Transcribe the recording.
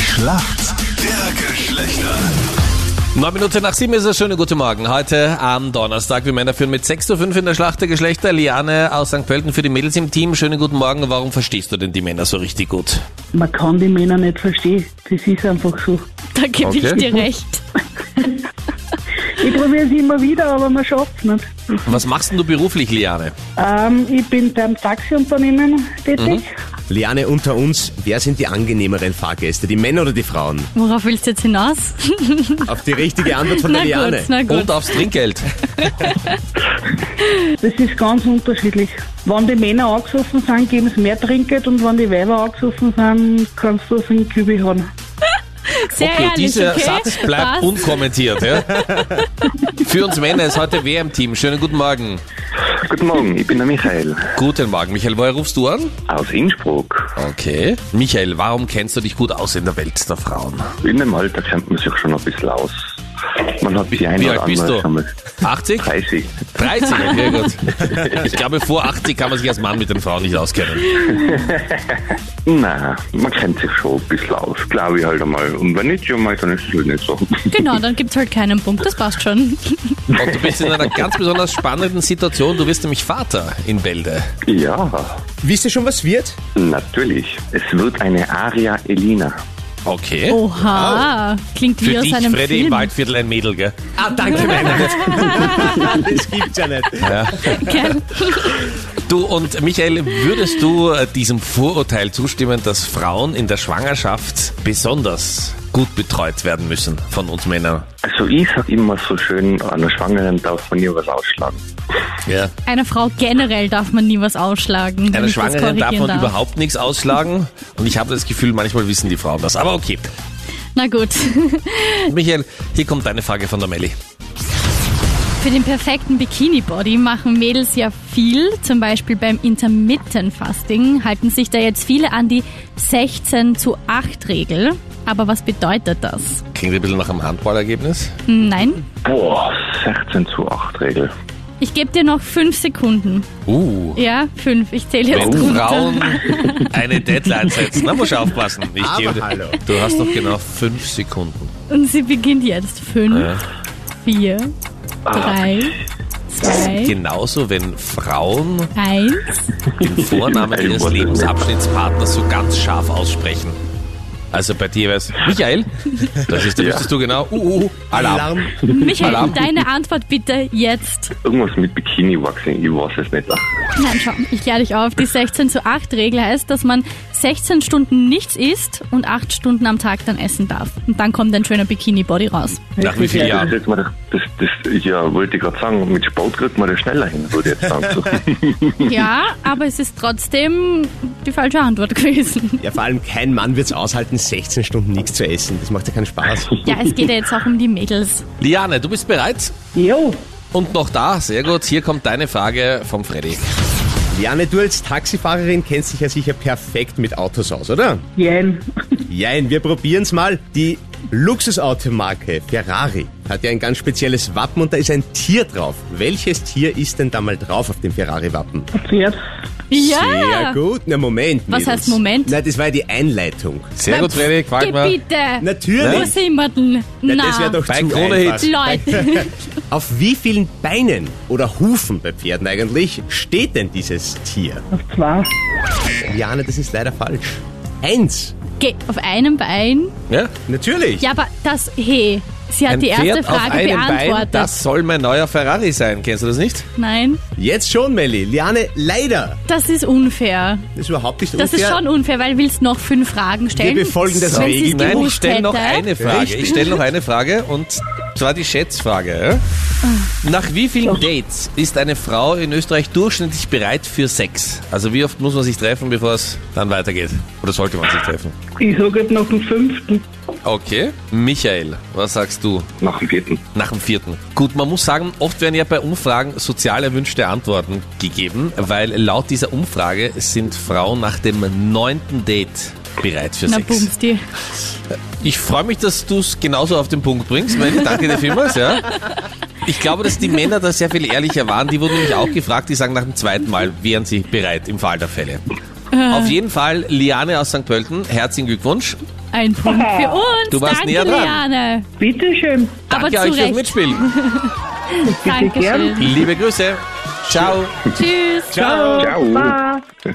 Schlacht der Geschlechter. Neun Minuten nach sieben ist es. Schöne guten Morgen. Heute am Donnerstag. Wir Männer führen mit 6 zu 5 in der Schlacht der Geschlechter. Liane aus St. Pölten für die Mädels im Team. Schönen guten Morgen. Warum verstehst du denn die Männer so richtig gut? Man kann die Männer nicht verstehen. Das ist einfach so. Da gebe ich Okay. dir recht. Ich probiere es immer wieder, aber man schafft es nicht. Was machst denn du beruflich, Liane? Ähm, ich bin beim Taxiunternehmen tätig. Liane, unter uns, wer sind die angenehmeren Fahrgäste, die Männer oder die Frauen? Worauf willst du jetzt hinaus? Auf die richtige Antwort von na der Liane. gut, na gut. Und aufs Trinkgeld. Das ist ganz unterschiedlich. Wenn die Männer angesoffen sind, geben sie mehr Trinkgeld und wenn die Weiber angesoffen sind, kannst du es in den Kübel haben. Sehr Okay, ehrlich, dieser okay? Satz bleibt Passt. unkommentiert. Ja? Für uns Männer ist heute wer im Team? Schönen guten Morgen. Guten Morgen, ich bin der Michael Guten Morgen, Michael. Woher rufst du an? aus Innsbruck. Okay. Michael, warum kennst du dich gut aus in der Welt der Frauen? In meinem Alter kennt man sich schon ein bisschen aus. Man hat die eine Wie oder alt bist andere du? schon mal 80? 30. 30, okay, gut. Ich glaube, vor 80 kann man sich als Mann mit den Frauen nicht auskennen. Nein, man kennt sich schon ein bisschen aus, glaube ich halt einmal. Und wenn nicht, ja mal, dann ist es halt nicht so. Genau, dann gibt's halt keinen Punkt, das passt schon. Und du bist in einer ganz besonders spannenden Situation. Du wirst nämlich Vater in Bälde. ja, Wisst ihr schon, was wird? natürlich. Es wird eine Aria Elina. Okay. Oha, klingt wie Für Oh, aus dich, einem Freddy, im Film. Waldviertel ein Mädel, gell? Ah, danke, Männer. das gibt's ja nicht. Gell? Du und Michael, würdest du äh, diesem Vorurteil zustimmen, dass Frauen in der Schwangerschaft besonders gut betreut werden müssen von uns Männern? Also ich sag immer so schön, an der Schwangeren darf man nie was ausschlagen. Ja. Einer Frau generell darf man nie was ausschlagen. wenn Einer ich das Schwangeren darf korrigieren man überhaupt nichts ausschlagen. Und ich habe das Gefühl, manchmal wissen die Frauen das. Aber okay. Na gut. Michael, hier kommt deine Frage von der Melli. Für den perfekten Bikini-Body machen Mädels ja viel, zum Beispiel beim Intermittent-Fasting halten sich da jetzt viele an die 16 zu 8 Regel. Aber was bedeutet das? Hm, Klingt ein bisschen nach einem Handballergebnis. Nein? Boah, 16 zu 8 Regel. Ich gebe dir noch 5 Sekunden. Uh. Ja, 5. Ich zähle jetzt Wenn runter. Frauen eine Deadline setzen, dann muss ich aufpassen. Ich Aber gebe- hallo. Du hast noch genau fünf Sekunden. Und sie beginnt jetzt. 5, 4, 3, 2, Genauso, wenn Frauen 1. den Vornamen Ein ihres Wort. Lebensabschnittspartners so ganz scharf aussprechen. Also bei dir wär's Michael. Das ist, da wüsstest du genau. Uh, uh, uh, Alarm. Alarm. Michael, Alarm. deine Antwort bitte jetzt. Irgendwas mit Bikini-Waxing, ich weiß es nicht. Nein, schau, ich kläre dich auf. Die 16 zu 8 Regel heißt, dass man 16 Stunden nichts isst und 8 Stunden am Tag dann essen darf. Und dann kommt ein schöner Bikini-Body raus. Nach wie vielen Das, Jahren? hätte man doch- das, das ja, wollte ich gerade sagen, mit Sport kriegt man das schneller hin, würde ich jetzt sagen. So. Ja, aber es ist trotzdem die falsche Antwort gewesen. Ja, vor allem kein Mann wird's aushalten, 16 Stunden nichts zu essen. Das macht ja keinen Spaß. Ja, es geht ja jetzt auch um die Mädels. Liane, du bist bereit? Jo, Und noch da, sehr gut. Hier kommt deine Frage vom Freddy. Liane, du als Taxifahrerin kennst dich ja sicher perfekt mit Autos aus, oder? jein. Jein, wir probieren's mal. Die Luxusautomarke Ferrari hat ja ein ganz spezielles Wappen und da ist ein Tier drauf. Welches Tier ist denn da mal drauf auf dem Ferrari-Wappen? Pferd. Ja! Sehr gut. Na, Moment. Was Mädels. heißt Moment? Na, das war ja die Einleitung. Sehr gut, Freddy. Gefällt Geh mir. bitte! Wo Natürlich. sind wir denn? Na, das wäre doch Bei zu Krone einfach. Hit. Leute, Auf wie vielen Beinen oder Hufen bei Pferden eigentlich steht denn dieses Tier? Auf zwei. Jana, das ist leider falsch. Eins. geh auf einem Bein. Ja? Natürlich. Ja, aber das He. Sie hat Ein die erste Pferd auf Frage einem Bein, beantwortet. das soll mein neuer Ferrari sein. Kennst du das nicht? Nein, Jetzt schon, Melli. Liane, leider. das ist unfair. Das ist überhaupt nicht Das unfair. ist schon unfair, weil willst noch fünf Fragen stellen. Wir befolgen das Wenn Regel- sie's Nein, ich gewusst stelle noch hätte. eine Frage. Ich Richtig. stelle noch eine Frage und zwar die Schätzfrage. Ah. ja? Nach wie vielen Dates ist eine Frau in Österreich durchschnittlich bereit für Sex? Also wie oft muss man sich treffen, bevor es dann weitergeht? Oder sollte man sich treffen? Ich sage jetzt nach dem fünften. Okay. Michael, was sagst du Nach dem vierten. nach dem vierten? Gut, man muss sagen, oft werden ja bei Umfragen sozial erwünschte Antworten gegeben, weil laut dieser Umfrage sind Frauen nach dem neunten Date bereit für Na Sex. bums, die. Ich freue mich, dass du es genauso auf den Punkt bringst, weil ich danke dir vielmals, ja. Ich glaube, dass die Männer da sehr viel ehrlicher waren. Die wurden nämlich auch gefragt, die sagen nach dem zweiten Mal, wären Äh. sie bereit im Fall der Fälle. Auf jeden Fall, Liane aus St. Pölten, herzlichen Glückwunsch. Ein Punkt für uns. Du warst Danke, näher dran. Liane. Bitteschön. Aber Danke euch zu fürs Recht. Mitspielen. Dankeschön. Liebe Grüße. Ciao. Tschüss. Ciao. Ciao. Bye.